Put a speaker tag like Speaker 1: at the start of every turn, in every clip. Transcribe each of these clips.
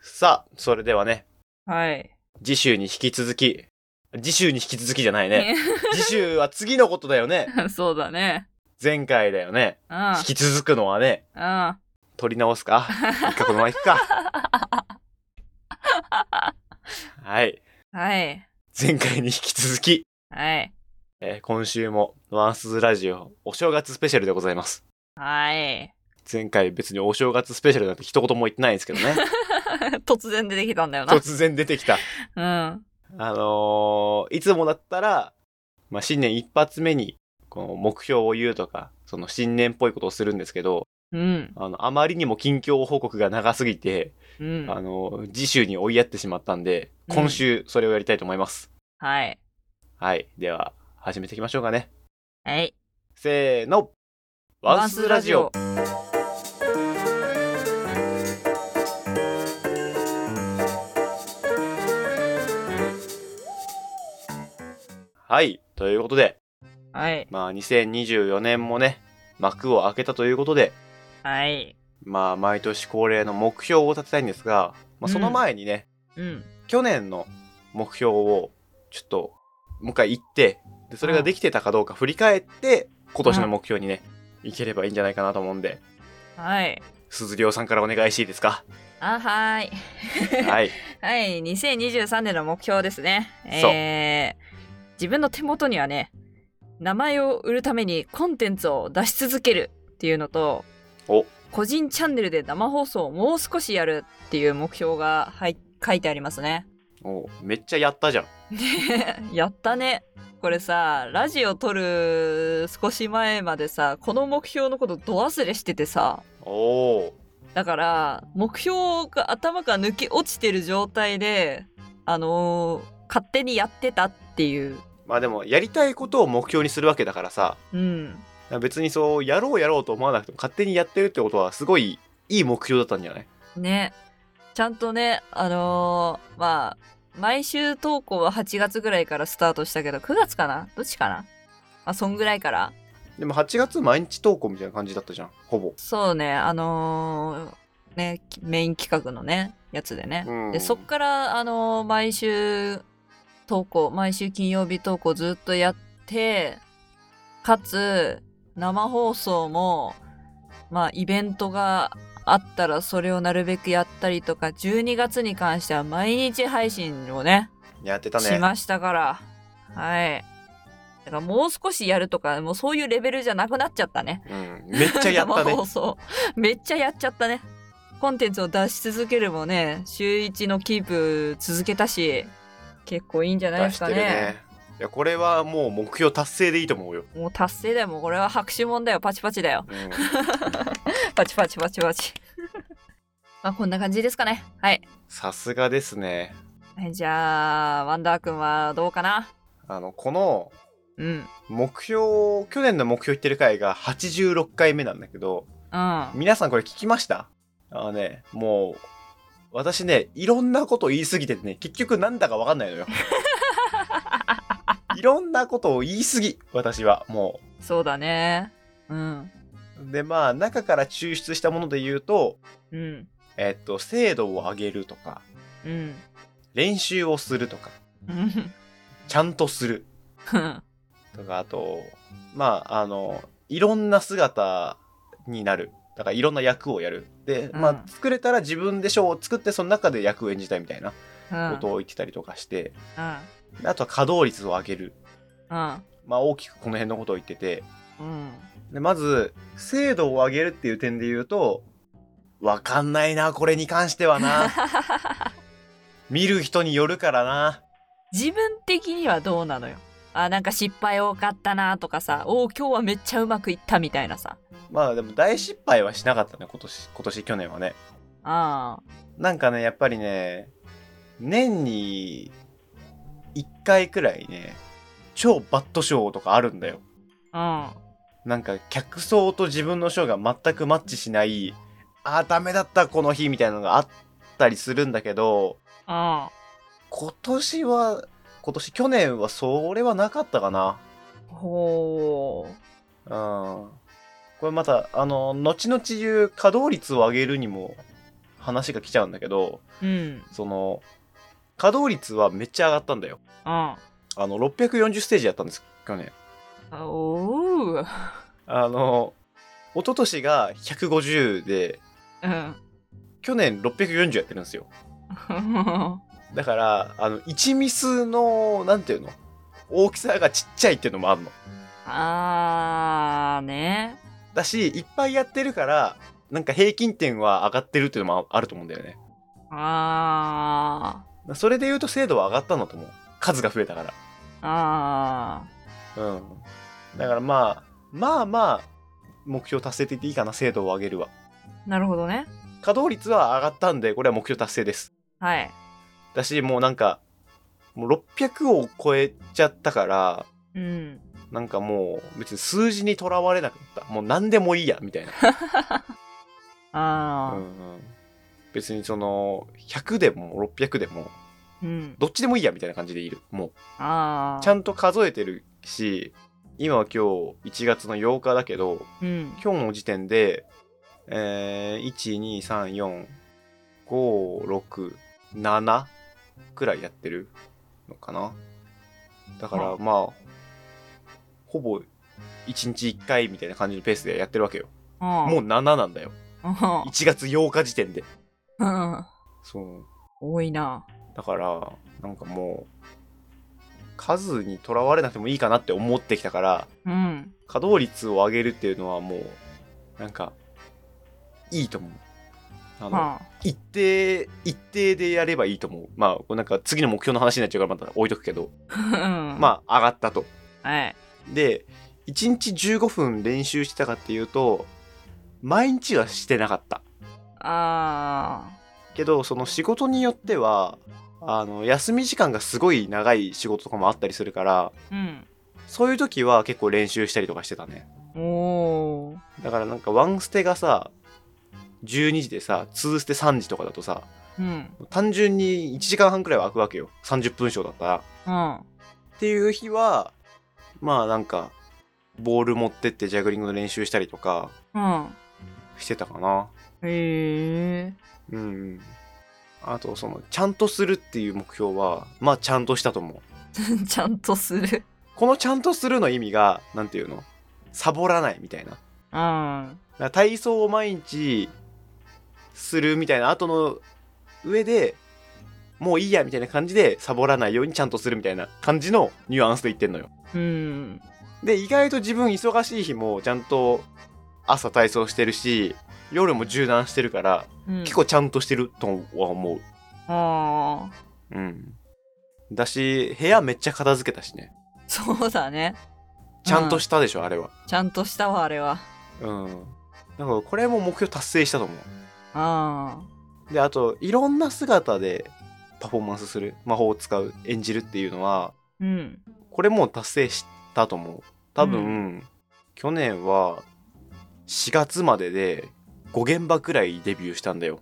Speaker 1: さあ、それではね、
Speaker 2: はい。
Speaker 1: 次週に引き続き、次週に引き続きじゃないね。次週は次のことだよね。
Speaker 2: そうだね。
Speaker 1: 前回だよね。
Speaker 2: うん。
Speaker 1: 引き続くのはね、
Speaker 2: うん。
Speaker 1: 取り直すか。いっか、このままいくか。はい。
Speaker 2: はい。
Speaker 1: 前回に引き続き、
Speaker 2: はい。
Speaker 1: えー今週もワンスズラジオお正月スペシャルでございます。
Speaker 2: はい。
Speaker 1: 前回別にお正月スペシャルなんて一言も言ってないんですけど ね。
Speaker 2: 突然出てきたんだよな。
Speaker 1: 突然出てきた。
Speaker 2: うん。
Speaker 1: あのーいつもだったら、まあ、新年一発目に、この目標を言うとか、その新年っぽいことをするんですけど、
Speaker 2: うん。
Speaker 1: あの、あまりにも近況報告が長すぎて、
Speaker 2: うん。
Speaker 1: あのー次週に追いやってしまったんで、今週それをやりたいと思います。
Speaker 2: はい。
Speaker 1: はい。では、始めていきましょうかね。
Speaker 2: はい。
Speaker 1: せーのワンスラジオはい。ということで、
Speaker 2: はい。
Speaker 1: まあ、2024年もね、幕を開けたということで、
Speaker 2: はい。
Speaker 1: まあ、毎年恒例の目標を立てたいんですが、まあ、その前にね、
Speaker 2: うん。
Speaker 1: 去年の目標をちょっともう一回言ってでそれができてたかどうか振り返って今年の目標にね、いければいいんじゃないかなと思うんで
Speaker 2: はい。
Speaker 1: 鈴涼さんからお願いしていいですか
Speaker 2: あ、はい。
Speaker 1: はい
Speaker 2: はい、2023年の目標ですね。えー自分の手元にはね、名前を売るためにコンテンツを出し続けるっていうのと、
Speaker 1: お
Speaker 2: 個人チャンネルで生放送をもう少しやるっていう目標が、はい、書いてありますね。
Speaker 1: おめっちゃやったじゃん
Speaker 2: やったね。これさ、ラジオ撮る少し前までさ、この目標のことど忘れしててさ、
Speaker 1: おお
Speaker 2: だから目標が頭が抜け落ちてる状態であのー勝手にやってたっていう
Speaker 1: まあでもやりたいことを目標にするわけだからさ
Speaker 2: うん
Speaker 1: 別にそうやろうやろうと思わなくても勝手にやってるってことはすごいいい目標だったんじゃない
Speaker 2: ねちゃんとねあのーまあ毎週投稿は8月ぐらいからスタートしたけど9月かなどっちかなまあそんぐらいから
Speaker 1: でも8月毎日投稿みたいな感じだったじゃんほぼ
Speaker 2: そうねあのーねメイン企画のねやつでね、
Speaker 1: うん
Speaker 2: でそっからあのー毎週投稿毎週金曜日投稿ずっとやってかつ生放送もまあイベントがあったらそれをなるべくやったりとか12月に関しては毎日配信をね
Speaker 1: やってたね
Speaker 2: しましたからはいだからもう少しやるとかもうそういうレベルじゃなくなっちゃったね
Speaker 1: うん、めっちゃやったね
Speaker 2: 生放送めっちゃやっちゃったねコンテンツを出し続けるもね週一のキープ続けたし結構いいんじゃないで
Speaker 1: 出
Speaker 2: す
Speaker 1: し
Speaker 2: か
Speaker 1: て
Speaker 2: ね
Speaker 1: るねいやこれはもう目標達成でいいと思うよ、
Speaker 2: もう達成だよもうこれは拍手もんだよパチパチだよ
Speaker 1: うん、
Speaker 2: パチパチパチパチ まあこんな感じですかねはい、
Speaker 1: さすがですね
Speaker 2: はいじゃあワンダーくんはどうかな
Speaker 1: あのこの
Speaker 2: うん
Speaker 1: 目標去年の目標言ってる回が86回目なんだけど
Speaker 2: うん
Speaker 1: 皆さんこれ聞きましたあのねもう私ねいろんなこと言いすぎててね結局なんだかわかんない のよいろんなことを言いすぎ私はも
Speaker 2: そうだねうん
Speaker 1: うでまあ中から抽出したもので言うと
Speaker 2: うん
Speaker 1: えっと精度を上げるとか
Speaker 2: うん
Speaker 1: 練習をするとか
Speaker 2: うん
Speaker 1: ちゃんとするとかあとまああのいろんな姿になるだからいろんな役をやるで、
Speaker 2: うん
Speaker 1: まあ作れたら自分でショーを作ってその中で役を演じたいみたいな
Speaker 2: うん
Speaker 1: ことを言ってたりとかして、
Speaker 2: うん
Speaker 1: であとは稼働率を上げる
Speaker 2: うん
Speaker 1: まあ大きくこの辺のことを言ってて
Speaker 2: うん
Speaker 1: でまず精度を上げるっていう点で言うとわかんないなこれに関しては な見る人によるからな
Speaker 2: 自分的にはどうなのよあなんか失敗多かったなとかさおお今日はめっちゃうまくいったみたいなさ
Speaker 1: まあでも大失敗はしなかったね今年今年去年はね
Speaker 2: あ
Speaker 1: なんかね、やっぱりね、年に1回くらいね、超バッドショーとかあるんだよ。
Speaker 2: あ
Speaker 1: なんか客層と自分のショーが全くマッチしない、あーダメだったこの日みたいなのがあったりするんだけど、
Speaker 2: うんあ
Speaker 1: 今年は、今年、去年はそれはなかったかな。
Speaker 2: ほう
Speaker 1: うん。これまた、あの、後々言う稼働率を上げるにも話が来ちゃうんだけど
Speaker 2: うん。
Speaker 1: その稼働率はめっちゃ上がったんだよ
Speaker 2: あ
Speaker 1: あの640ステージやったんです去年
Speaker 2: あ。おう。
Speaker 1: あの一昨年が150で
Speaker 2: うん。
Speaker 1: 去年640やってるんですよだからあの1ミスのなんていうの大きさがちっちゃいっていうのもあるの
Speaker 2: あーね。
Speaker 1: だしいっぱいやってるからなんか平均点は上がってるっていうのもああると思うんだよね
Speaker 2: あ
Speaker 1: それで言うと精度は上がったんだと思う数が増えたから
Speaker 2: ー。あ
Speaker 1: うんだからまあまあまあ目標達成って言っていいかな精度を上げるわ
Speaker 2: ー。なるほどね。
Speaker 1: 稼働率は上がったんでこれは目標達成です
Speaker 2: はい。
Speaker 1: だしもうなんかもう600を超えちゃったから
Speaker 2: うん。
Speaker 1: なんかもう別に数字にとらわれなくなったもう何でもいいやみたいな うんう
Speaker 2: あ
Speaker 1: ん、別にその100でも600でも
Speaker 2: ー。うん。
Speaker 1: どっちでもいいやみたいな感じでいるも
Speaker 2: あ
Speaker 1: う
Speaker 2: ー。
Speaker 1: ちゃんと数えてるし今は今日1月の8日だけど
Speaker 2: うん。
Speaker 1: 今日の時点で、えー、1234567くらいやってるのかなだから
Speaker 2: は
Speaker 1: まあほぼ1日1回みたいな感じのペースでやってるわけよもう
Speaker 2: も
Speaker 1: 7なんだよ
Speaker 2: うん。
Speaker 1: 1月8日時点で
Speaker 2: うん
Speaker 1: そう
Speaker 2: 多いな。
Speaker 1: だからなんかもう数にとらわれなくてもいいかなって思ってきたから
Speaker 2: うん。
Speaker 1: 稼働率を上げるっていうのはもうなんかいいと思うあの、
Speaker 2: ま
Speaker 1: 一定一定でやればいいと思うまあこれなんか次の目標の話になっちゃうからまた置いとくけど、
Speaker 2: あ。
Speaker 1: まあ上がったと
Speaker 2: あ。はい。
Speaker 1: で1日15分練習してたかっていうと毎日はしてなかった
Speaker 2: あ
Speaker 1: けどその仕事によってはあの休み時間がすごい長い仕事とかもあったりするから
Speaker 2: ー。うん。
Speaker 1: そういう時は結構練習したりとかしてたね
Speaker 2: おー。
Speaker 1: だからなんかワンステがさ12時でさ2ステ3時とかだとさ
Speaker 2: うん。
Speaker 1: 単純に1時間半くらいは空くわけよ30分章だったらっ
Speaker 2: うん。
Speaker 1: ていう日はまあなんかボール持ってってジャグリングの練習したりとか
Speaker 2: うん。
Speaker 1: してたかな
Speaker 2: へえ。
Speaker 1: うんうんあとそのちゃんとするっていう目標はまあちゃんとしたと思う
Speaker 2: ちゃんとする。
Speaker 1: このちゃんとするの意味が、なんていうのサボらないみたいな。だか
Speaker 2: うん。
Speaker 1: ら体操を毎日するみたいな後の上で、もういいやみたいな感じでサボらないようにちゃんとするみたいな感じのニュアンスで言ってんのよ。
Speaker 2: うん。
Speaker 1: で、意外と自分忙しい日もちゃんと朝体操してるし、夜も柔軟してるから、結構ちゃんとしてるとは思う。
Speaker 2: ああ。
Speaker 1: うん。だし、部屋めっちゃ片付けたしね。
Speaker 2: そうだね。
Speaker 1: ちゃんとしたでしょ、あれは。
Speaker 2: ちゃんとしたわ、あれは。
Speaker 1: うん。だからこれも目標達成したと思う。
Speaker 2: ああ。
Speaker 1: で、あと、いろんな姿でパフォーマンスする、魔法を使う、演じるっていうのは、
Speaker 2: うん。
Speaker 1: これもう達成したと思う。多分、
Speaker 2: う
Speaker 1: 去年は4月までで5現場くらいデビューしたんだよ。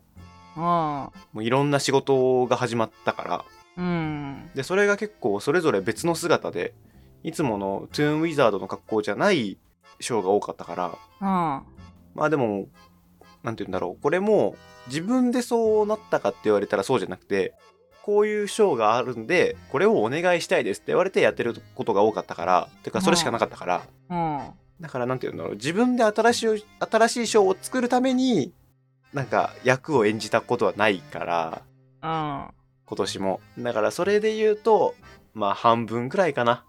Speaker 2: ああ。
Speaker 1: もういろんな仕事が始まったから。
Speaker 2: うん。
Speaker 1: で、それが結構それぞれ別の姿で、いつものトゥーンウィザードの格好じゃないショーが多かったから、
Speaker 2: あ
Speaker 1: まあでも、なんて言うんだろう。これも、自分でそうなったかって言われたらそうじゃなくて、こういう賞があるんで、これをお願いしたいですって言われてやってることが多かったから、てかそれしかなかったから、
Speaker 2: あ。うん。
Speaker 1: だからなんて言うんだろう。自分で新しい、新しい賞を作るために、なんか役を演じたことはないから、
Speaker 2: あ
Speaker 1: 今年も。だからそれで言うと、まあ半分くらいかな。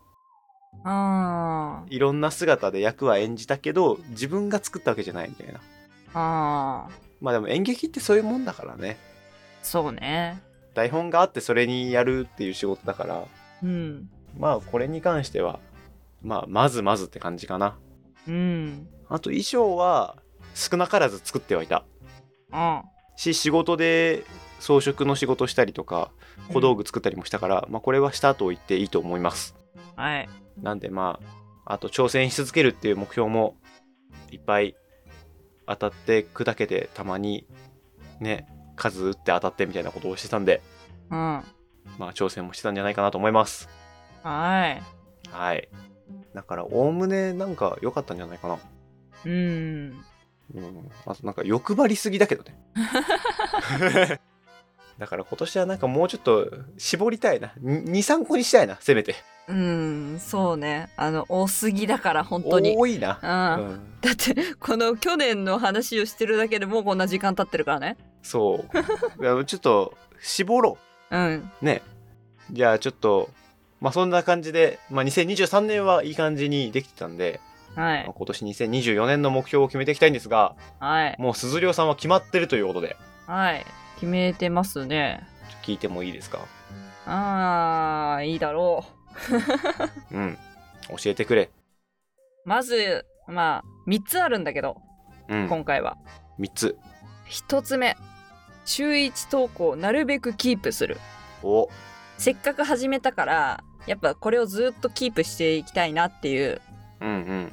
Speaker 2: あ。あ
Speaker 1: いろんな姿で役は演じたけど、自分が作ったわけじゃないみたいな。
Speaker 2: あ。ああ。
Speaker 1: まあでも演劇ってそういうもんだからね。
Speaker 2: そうね。
Speaker 1: 台本があってそれにやるっていう仕事だから
Speaker 2: うん。
Speaker 1: まあこれに関してはまあまずまずって感じかな
Speaker 2: うん。
Speaker 1: あと衣装は少なからず作ってはいた
Speaker 2: あ
Speaker 1: し仕事で装飾の仕事したりとか小道具作ったりもしたから、まあこれはしたと言っていいと思います
Speaker 2: あ。はい。
Speaker 1: なんでまああと挑戦し続けるっていう目標もいっぱい当たって砕けてたまにね数打って当たってみたいなことをしてたんで
Speaker 2: うん。
Speaker 1: まあ挑戦もしてたんじゃないかなと思います
Speaker 2: はい。
Speaker 1: はい。だから、おおむねなんか良かったんじゃないかな。
Speaker 2: うん。
Speaker 1: うん、あとなんか欲張りすぎだけ どねだから今年はなんかもうちょっと絞りたいな23個にしたいなせめて
Speaker 2: うん、そうね。あの、多すぎだから、本当に。
Speaker 1: 多いな、
Speaker 2: うん
Speaker 1: うん
Speaker 2: だってこの去年の話をしてるだけでもうこんな時間経ってるからね
Speaker 1: そういやちょっと絞ろ
Speaker 2: うん
Speaker 1: うねじゃあちょっとまあそんな感じで、まあ、2023年はいい感じにできてたんで、
Speaker 2: は
Speaker 1: ま
Speaker 2: い
Speaker 1: あ今年2024年の目標を決めていきたいんですが
Speaker 2: はい
Speaker 1: もう鈴涼さんは決まってるということで
Speaker 2: はい決めてますね
Speaker 1: ちょっと聞いてもいいですか
Speaker 2: あーいいだろ
Speaker 1: うん教えてくれ
Speaker 2: うまずまあ3つあるんだけど
Speaker 1: うん
Speaker 2: 今回は、
Speaker 1: 3つ
Speaker 2: 1つ目週1投稿をなるべくキープする
Speaker 1: お
Speaker 2: せっかく始めたからやっぱこれをずっとキープしていきたいなっていう
Speaker 1: うんうん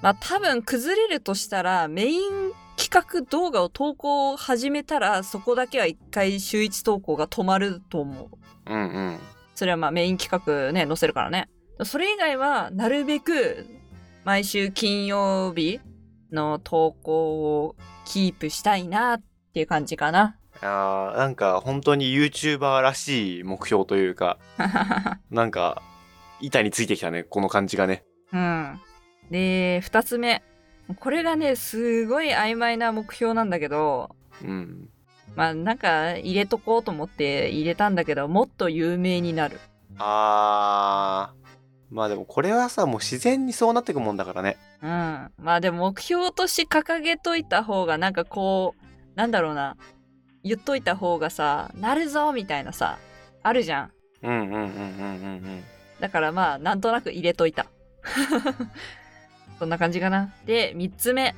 Speaker 2: まあ多分崩れるとしたらメイン企画動画を投稿を始めたらそこだけは一回週一投稿が止まると思う。
Speaker 1: うんうん
Speaker 2: それはまあメイン企画ね、載せるからね。それ以外はなるべく毎週金曜日の投稿をキープしたいなっていう感じかな。
Speaker 1: あーなんか本当に YouTuber らしい目標というかなんか板についてきたねこの感じがね
Speaker 2: うん。で、二つ目。これがね、すごい曖昧な目標なんだけど、
Speaker 1: うん
Speaker 2: まあなんか入れとこうと思って入れたんだけどもっと有名になる
Speaker 1: あーまあでもこれはさもう自然にそうなってくもんだからね
Speaker 2: うんまあでも目標として掲げといた方がなんかこうなんだろうな言っといた方がさなるぞみたいなさあるじゃん
Speaker 1: うんうんうんうんうん
Speaker 2: だからまあなんとなく入れといたそんな感じかなで3つ目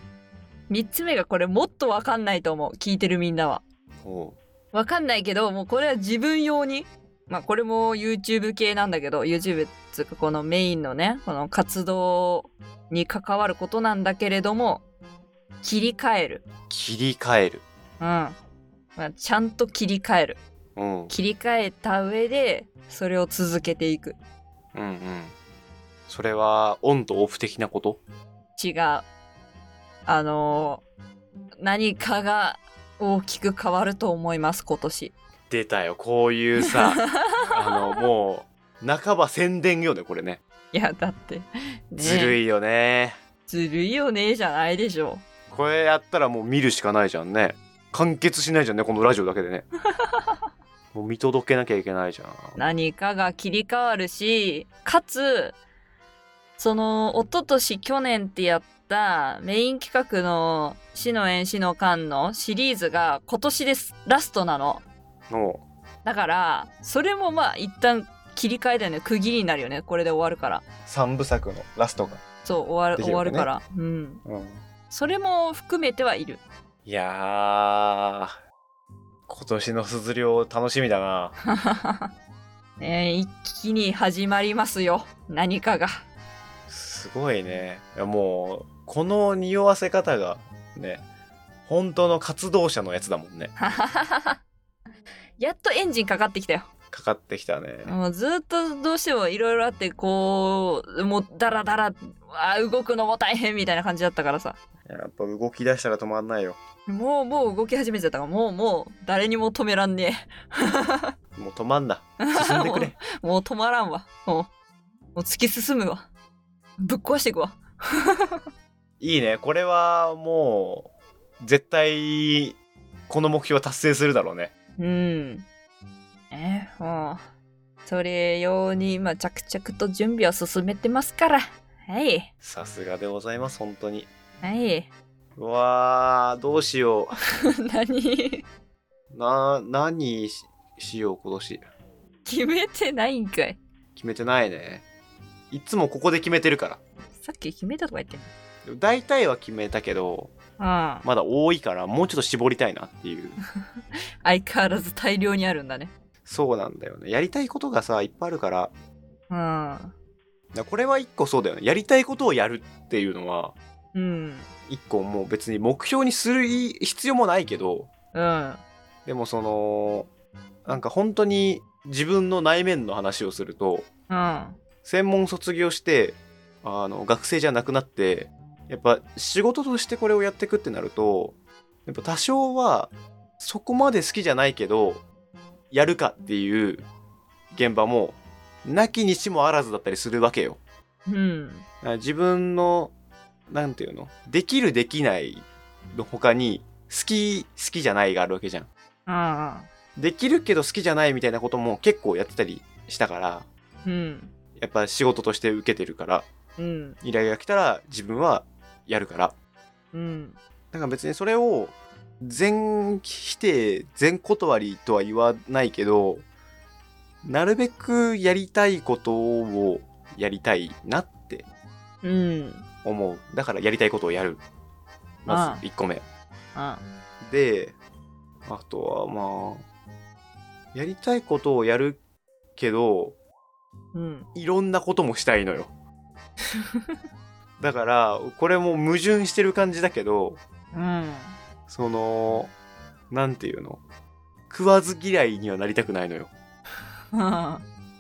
Speaker 2: 3つ目がこれもっとわかんないと思う聞いてるみんなは
Speaker 1: うんおう
Speaker 2: わかんないけどもうこれは自分用にまあこれも YouTube 系なんだけど YouTube っつうかこのメインのねこの活動に関わることなんだけれども切り替える
Speaker 1: 切り替える
Speaker 2: うん、まあ、ちゃんと切り替える
Speaker 1: うんうん
Speaker 2: 切り替えた上でそれを続けていく
Speaker 1: うんそれはオンとオフ的なこと
Speaker 2: 違うあのー何かが大きく変わると思います今年
Speaker 1: 出たよこういう さあのもう半ば宣伝よねこれね
Speaker 2: いやだって、ねえ、
Speaker 1: ずるいよね
Speaker 2: ずるいよねじゃないでしょ
Speaker 1: これやったらもう見るしかないじゃんね完結しないじゃんねこのラジオだけ でねもう見届けなきゃいけないじゃん
Speaker 2: 何かが切り替わるしかつその一昨年去年ってやったメイン企画の「死の縁死の間」のシリーズが今年ですラストなの
Speaker 1: の
Speaker 2: だからそれもまあ一旦切り替えだよね区切りになるよねこれで終わるから
Speaker 1: 3部作のラストが、
Speaker 2: そう終わる
Speaker 1: でき
Speaker 2: 終
Speaker 1: ればね
Speaker 2: わるからうん
Speaker 1: うん、
Speaker 2: それも含めてはいる
Speaker 1: いやー今年のすずりょう楽しみだな
Speaker 2: ねえ一気に始まりますよ何かが
Speaker 1: すごいねいやもうこの匂わせ方がね本当の活動者のやつだもんね
Speaker 2: やっとエンジンかかってきたよ
Speaker 1: かかってきたね
Speaker 2: もうずっとどうしてもいろいろあってこうもうダラダラあ動くのも大変みたいな感じだったからさ
Speaker 1: やっぱ動き出したら止まんないよ
Speaker 2: もうもう動き始めちゃったからもうもう誰にも止めらんね
Speaker 1: もう止まんな進んでくれ
Speaker 2: え もう止まらんわもうもう突き進むわぶっ壊していくわ
Speaker 1: いいね。これはもう、絶対、この目標は達成するだろうね。
Speaker 2: うんえもうそれ用に今着々と準備を進めてますからはい
Speaker 1: さすがでございます、本当に。
Speaker 2: はい
Speaker 1: うわー、どうしよ
Speaker 2: 何
Speaker 1: う。な、何ししよう、今年。
Speaker 2: 決めてないんかい
Speaker 1: 決めてないね。いつもここで決めてるから。
Speaker 2: さっき決めたとか言ってんの
Speaker 1: でも大体は決めたけど、
Speaker 2: ああ
Speaker 1: まだ多いから、もうちょっと絞りたいなっていう。
Speaker 2: 相変わらず大量にあるんだね
Speaker 1: そうなんだよね。やりたいことがさ、いっぱいあるから、
Speaker 2: うん
Speaker 1: だからこれは一個そうだよね。やりたいことをやるっていうのは、
Speaker 2: うん
Speaker 1: 一個もう別に目標にする必要もないけど、
Speaker 2: うん
Speaker 1: でもそのなんか本当に自分の内面の話をすると
Speaker 2: うん
Speaker 1: 専門卒業してあの学生じゃなくなってやっぱ仕事としてこれをやっていくってなるとやっぱ多少はそこまで好きじゃないけどやるかっていう現場もなきにしもあらずだったりするわけよ。
Speaker 2: うん。
Speaker 1: だから自分のなんていうのできるできないの他に好き好きじゃないがあるわけじゃん。
Speaker 2: あ
Speaker 1: できるけど好きじゃないみたいなことも結構やってたりしたから
Speaker 2: あ。うん。
Speaker 1: やっぱ仕事として受けてるから
Speaker 2: うん。
Speaker 1: 依頼が来たら自分はやるから
Speaker 2: うん。
Speaker 1: だから別にそれを全否定全断りとは言わないけどなるべくやりたいことをやりたいなって
Speaker 2: うん。
Speaker 1: 思うだからやりたいことをやる
Speaker 2: あ
Speaker 1: ま
Speaker 2: あ
Speaker 1: ず1個目
Speaker 2: あ
Speaker 1: であとはまあやりたいことをやるけど
Speaker 2: うん。
Speaker 1: いろんなこともしたいのよだからこれも矛盾してる感じだけど
Speaker 2: うん。
Speaker 1: そのなんていうの食わず嫌いにはなりたくないのよ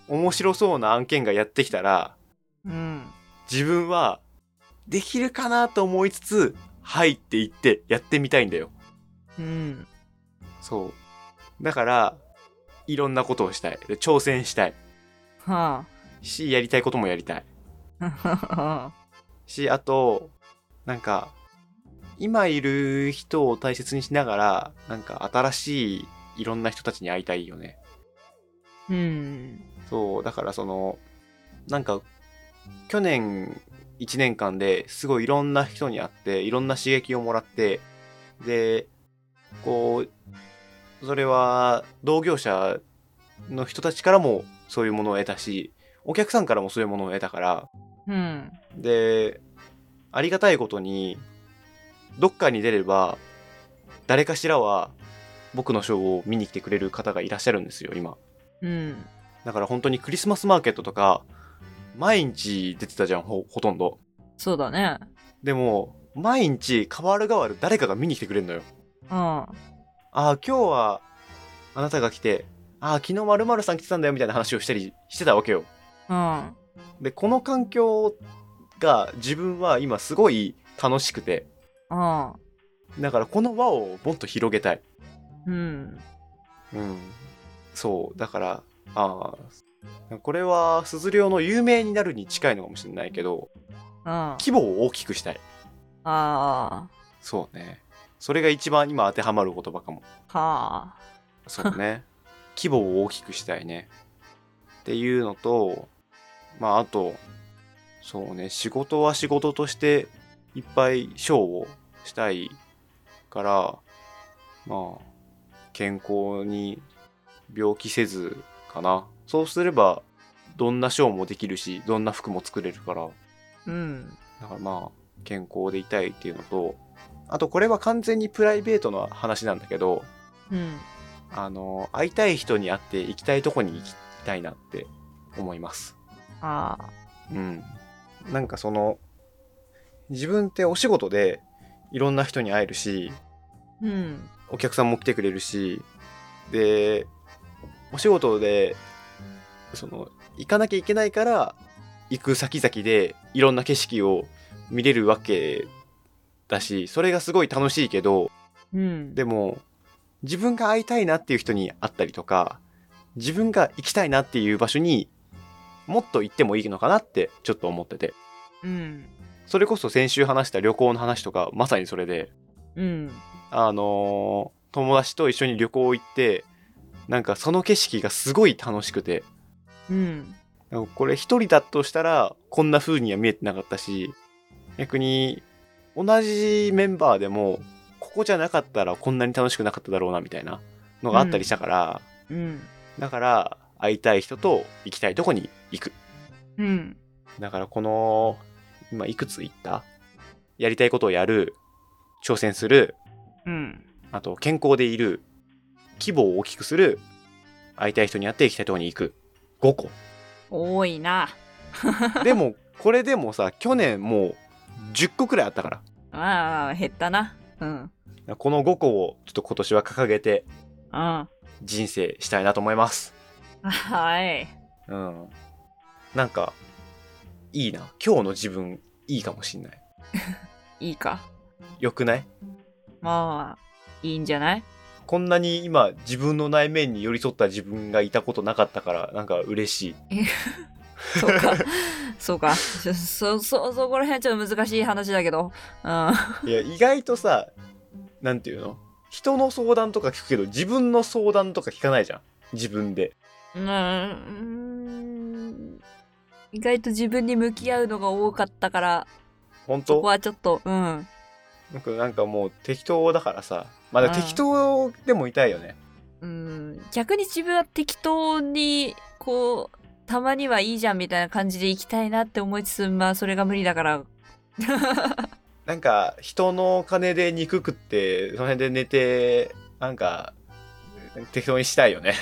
Speaker 1: 面白そうな案件がやってきたら
Speaker 2: うん。
Speaker 1: 自分はできるかなと思いつつ入っていってやってみたいんだよ
Speaker 2: うん。
Speaker 1: そうだからいろんなことをしたいで挑戦したい
Speaker 2: は
Speaker 1: しやりたいこともやりたい
Speaker 2: あ。
Speaker 1: しあとなんか今いる人を大切にしながらなんか新しいいろんな人たちに会いたいよね
Speaker 2: うん。
Speaker 1: そうだからそのなんか去年1年間ですごいいろんな人に会っていろんな刺激をもらってでこうそれは同業者の人たちからもそういうものを得たしお客さんからもそういうものを得たから
Speaker 2: うん。
Speaker 1: でありがたいことにどっかに出れば誰かしらは僕のショーを見に来てくれる方がいらっしゃるんですよ今
Speaker 2: うん。
Speaker 1: だから本当にクリスマスマーケットとか毎日出てたじゃんほほとんど
Speaker 2: そうだね。
Speaker 1: でも毎日変わる変わる誰かが見に来てくれるのよ
Speaker 2: うん。
Speaker 1: ああ今日はあなたが来てああ昨日〇〇さん来てたんだよみたいな話をしたりしてたわけよ
Speaker 2: うん。
Speaker 1: でこの環境が自分は今すごい楽しくて
Speaker 2: うん。
Speaker 1: だからこの輪をもっと広げたい。
Speaker 2: うん。
Speaker 1: うん。そう。だから、ああ、これは鈴涼の有名になるに近いのかもしれないけど、
Speaker 2: あ
Speaker 1: 規模を大きくしたい。
Speaker 2: あ。
Speaker 1: そうね。それが一番今当てはまる言葉かも。
Speaker 2: はあ。
Speaker 1: そうね。規模を大きくしたいね。っていうのと、まああと、そうね、仕事は仕事としていっぱいショーをしたいから、まあ、健康に病気せずかな。そうすれば、どんなショーもできるし、どんな服も作れるから、
Speaker 2: うん。
Speaker 1: だからまあ、健康でいたいっていうのと、あとこれは完全にプライベートの話なんだけど、
Speaker 2: うん。
Speaker 1: あの会いたい人に会って行きたいとこに行きたいなって思います
Speaker 2: ああ。
Speaker 1: うんなんかその自分ってお仕事でいろんな人に会えるし
Speaker 2: うん。
Speaker 1: お客さんも来てくれるしでお仕事でその行かなきゃいけないから行く先々でいろんな景色を見れるわけだしそれがすごい楽しいけど
Speaker 2: うん。
Speaker 1: でも自分が会いたいなっていう人に会ったりとか自分が行きたいなっていう場所にもっと行ってもいいのかなってちょっと思ってて
Speaker 2: うん。
Speaker 1: それこそ先週話した旅行の話とかまさにそれで
Speaker 2: うん。
Speaker 1: あのー友達と一緒に旅行行ってなんかその景色がすごい楽しくて
Speaker 2: うん。
Speaker 1: なんかこれ一人だとしたらこんな風には見えてなかったし逆に同じメンバーでもここじゃなかったらこんなに楽しくなかっただろうなみたいなのがあったりしたから、
Speaker 2: うん。
Speaker 1: だから会いたい人と行きたいとこに行く
Speaker 2: うん。
Speaker 1: だからこの今いくつ行ったやりたいことをやる挑戦する
Speaker 2: うん。
Speaker 1: あと健康でいる規模を大きくする会いたい人に会って行きたいとこに行く5個
Speaker 2: 多いな。
Speaker 1: でもこれでもさ去年もう10個くらいあったから
Speaker 2: ああ、減ったな。うん。
Speaker 1: この5個をちょっと今年は掲げて
Speaker 2: うん。
Speaker 1: 人生したいなと思います
Speaker 2: はい。
Speaker 1: うんなんかいいな今日の自分いいかもしんない
Speaker 2: いいか。
Speaker 1: よくない
Speaker 2: まあ、いいんじゃない
Speaker 1: こんなに今自分の内面に寄り添った自分がいたことなかったからなんか嬉しい
Speaker 2: そうか。そうか。そ、そ、そそこら辺はちょっと難しい話だけど。うん。
Speaker 1: いや意外とさなんていうの人の相談とか聞くけど自分の相談とか聞かないじゃん自分で
Speaker 2: うーん意外と自分に向き合うのが多かったから
Speaker 1: 本
Speaker 2: そ
Speaker 1: 当
Speaker 2: こはちょっとうん
Speaker 1: 僕なんかもう適当だからさまあでも
Speaker 2: うん
Speaker 1: 適当でも痛いよね
Speaker 2: うん逆に自分は適当にこうたまにはいいじゃんみたいな感じで行きたいなって思いつつまあそれが無理だから
Speaker 1: なんか人の金で憎くってその辺で寝てなんか適当にしたいよ ね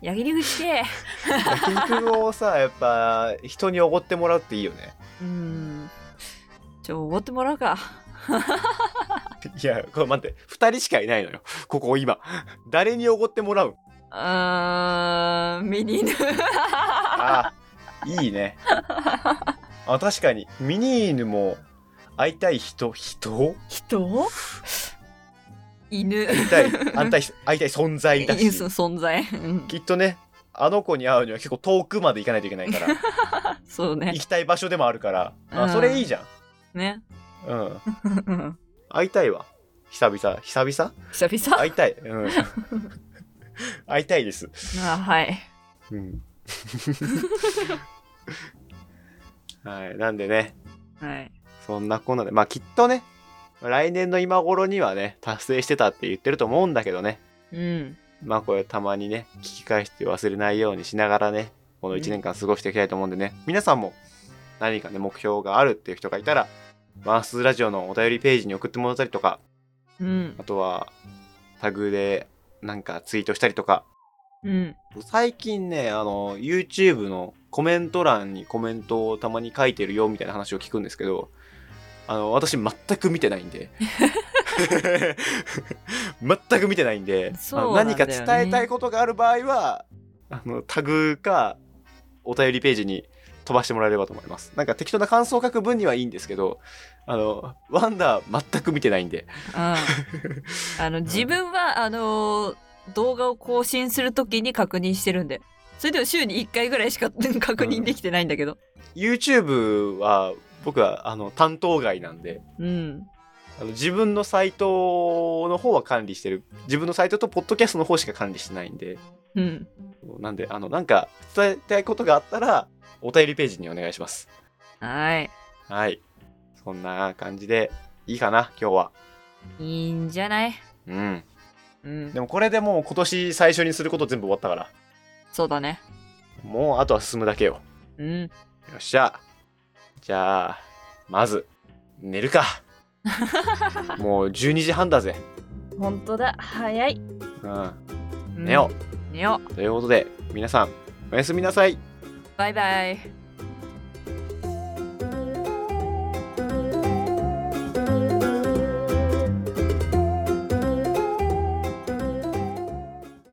Speaker 2: 焼き肉して
Speaker 1: 焼肉をさやっぱ人におごってもらうっていいよね
Speaker 2: うんちょおごってもらうか
Speaker 1: いやこれ待って2人しかいないのよここ今誰におごってもらうん
Speaker 2: うーんミニ犬
Speaker 1: あいいねあ確かにミニーヌも会いたい人人
Speaker 2: 人犬
Speaker 1: 会いたい会いたい会いたい存在だ
Speaker 2: い
Speaker 1: し
Speaker 2: いそ存在、うん、
Speaker 1: きっとねあの子に会うには結構遠くまで行かないといけないから
Speaker 2: そうね
Speaker 1: 行きたい場所でもあるから、あ
Speaker 2: うん
Speaker 1: それいいじゃ
Speaker 2: ね
Speaker 1: んうん会いたいわ久々久々
Speaker 2: 久々
Speaker 1: 会いたい、 うん、会いたいです、
Speaker 2: あはい。
Speaker 1: うん、 はいなんでね
Speaker 2: はい。
Speaker 1: そんなこんなでまあきっとね来年の今頃にはね達成してたって言ってると思うんだけどね
Speaker 2: うん。
Speaker 1: まあこれたまにね聞き返して忘れないようにしながらねこの1年間過ごしていきたいと思うんでね、皆さんも何かね目標があるっていう人がいたらマンスーラジオのお便りページに送ってもらったりとか
Speaker 2: うん
Speaker 1: あ。とはタグでなんかツイートしたりとか
Speaker 2: うん。
Speaker 1: 最近ねあの YouTube のコメント欄にコメントをたまに書いてるよみたいな話を聞くんですけどあの私全く見てないんで 全く見てないんで
Speaker 2: そう
Speaker 1: あの
Speaker 2: なんだ
Speaker 1: 何か
Speaker 2: よね
Speaker 1: 伝えたいことがある場合はあのタグかお便りページに飛ばしてもらえればと思いますなんか適当な感想を書く分にはいいんですけどあのワンダー全く見てないんで
Speaker 2: ああの、自分は、あのー動画を更新するときに確認してるんで。それでも週に1回ぐらいしか確認できてないんだけど。
Speaker 1: YouTube は僕はあの担当外なんで
Speaker 2: うん。
Speaker 1: あの自分のサイトの方は管理してる自分のサイトとポッドキャストの方しか管理してないんで
Speaker 2: うん。
Speaker 1: なんであのなんか伝えたいことがあったらお便りページにお願いします
Speaker 2: はい。
Speaker 1: はいそんな感じでいいかな今日はい
Speaker 2: いんじゃない
Speaker 1: うん
Speaker 2: うん
Speaker 1: で。もこれでもう今年最初にすること全部終わったから
Speaker 2: そうだね。
Speaker 1: もうあとは進むだけよ
Speaker 2: うん。
Speaker 1: よっしゃじゃあまず寝る かもう12時半だぜ
Speaker 2: 本当だ。早い。
Speaker 1: うん寝よ
Speaker 2: うん。寝よ。
Speaker 1: うということで皆さんおやすみなさいう
Speaker 2: バイバイ。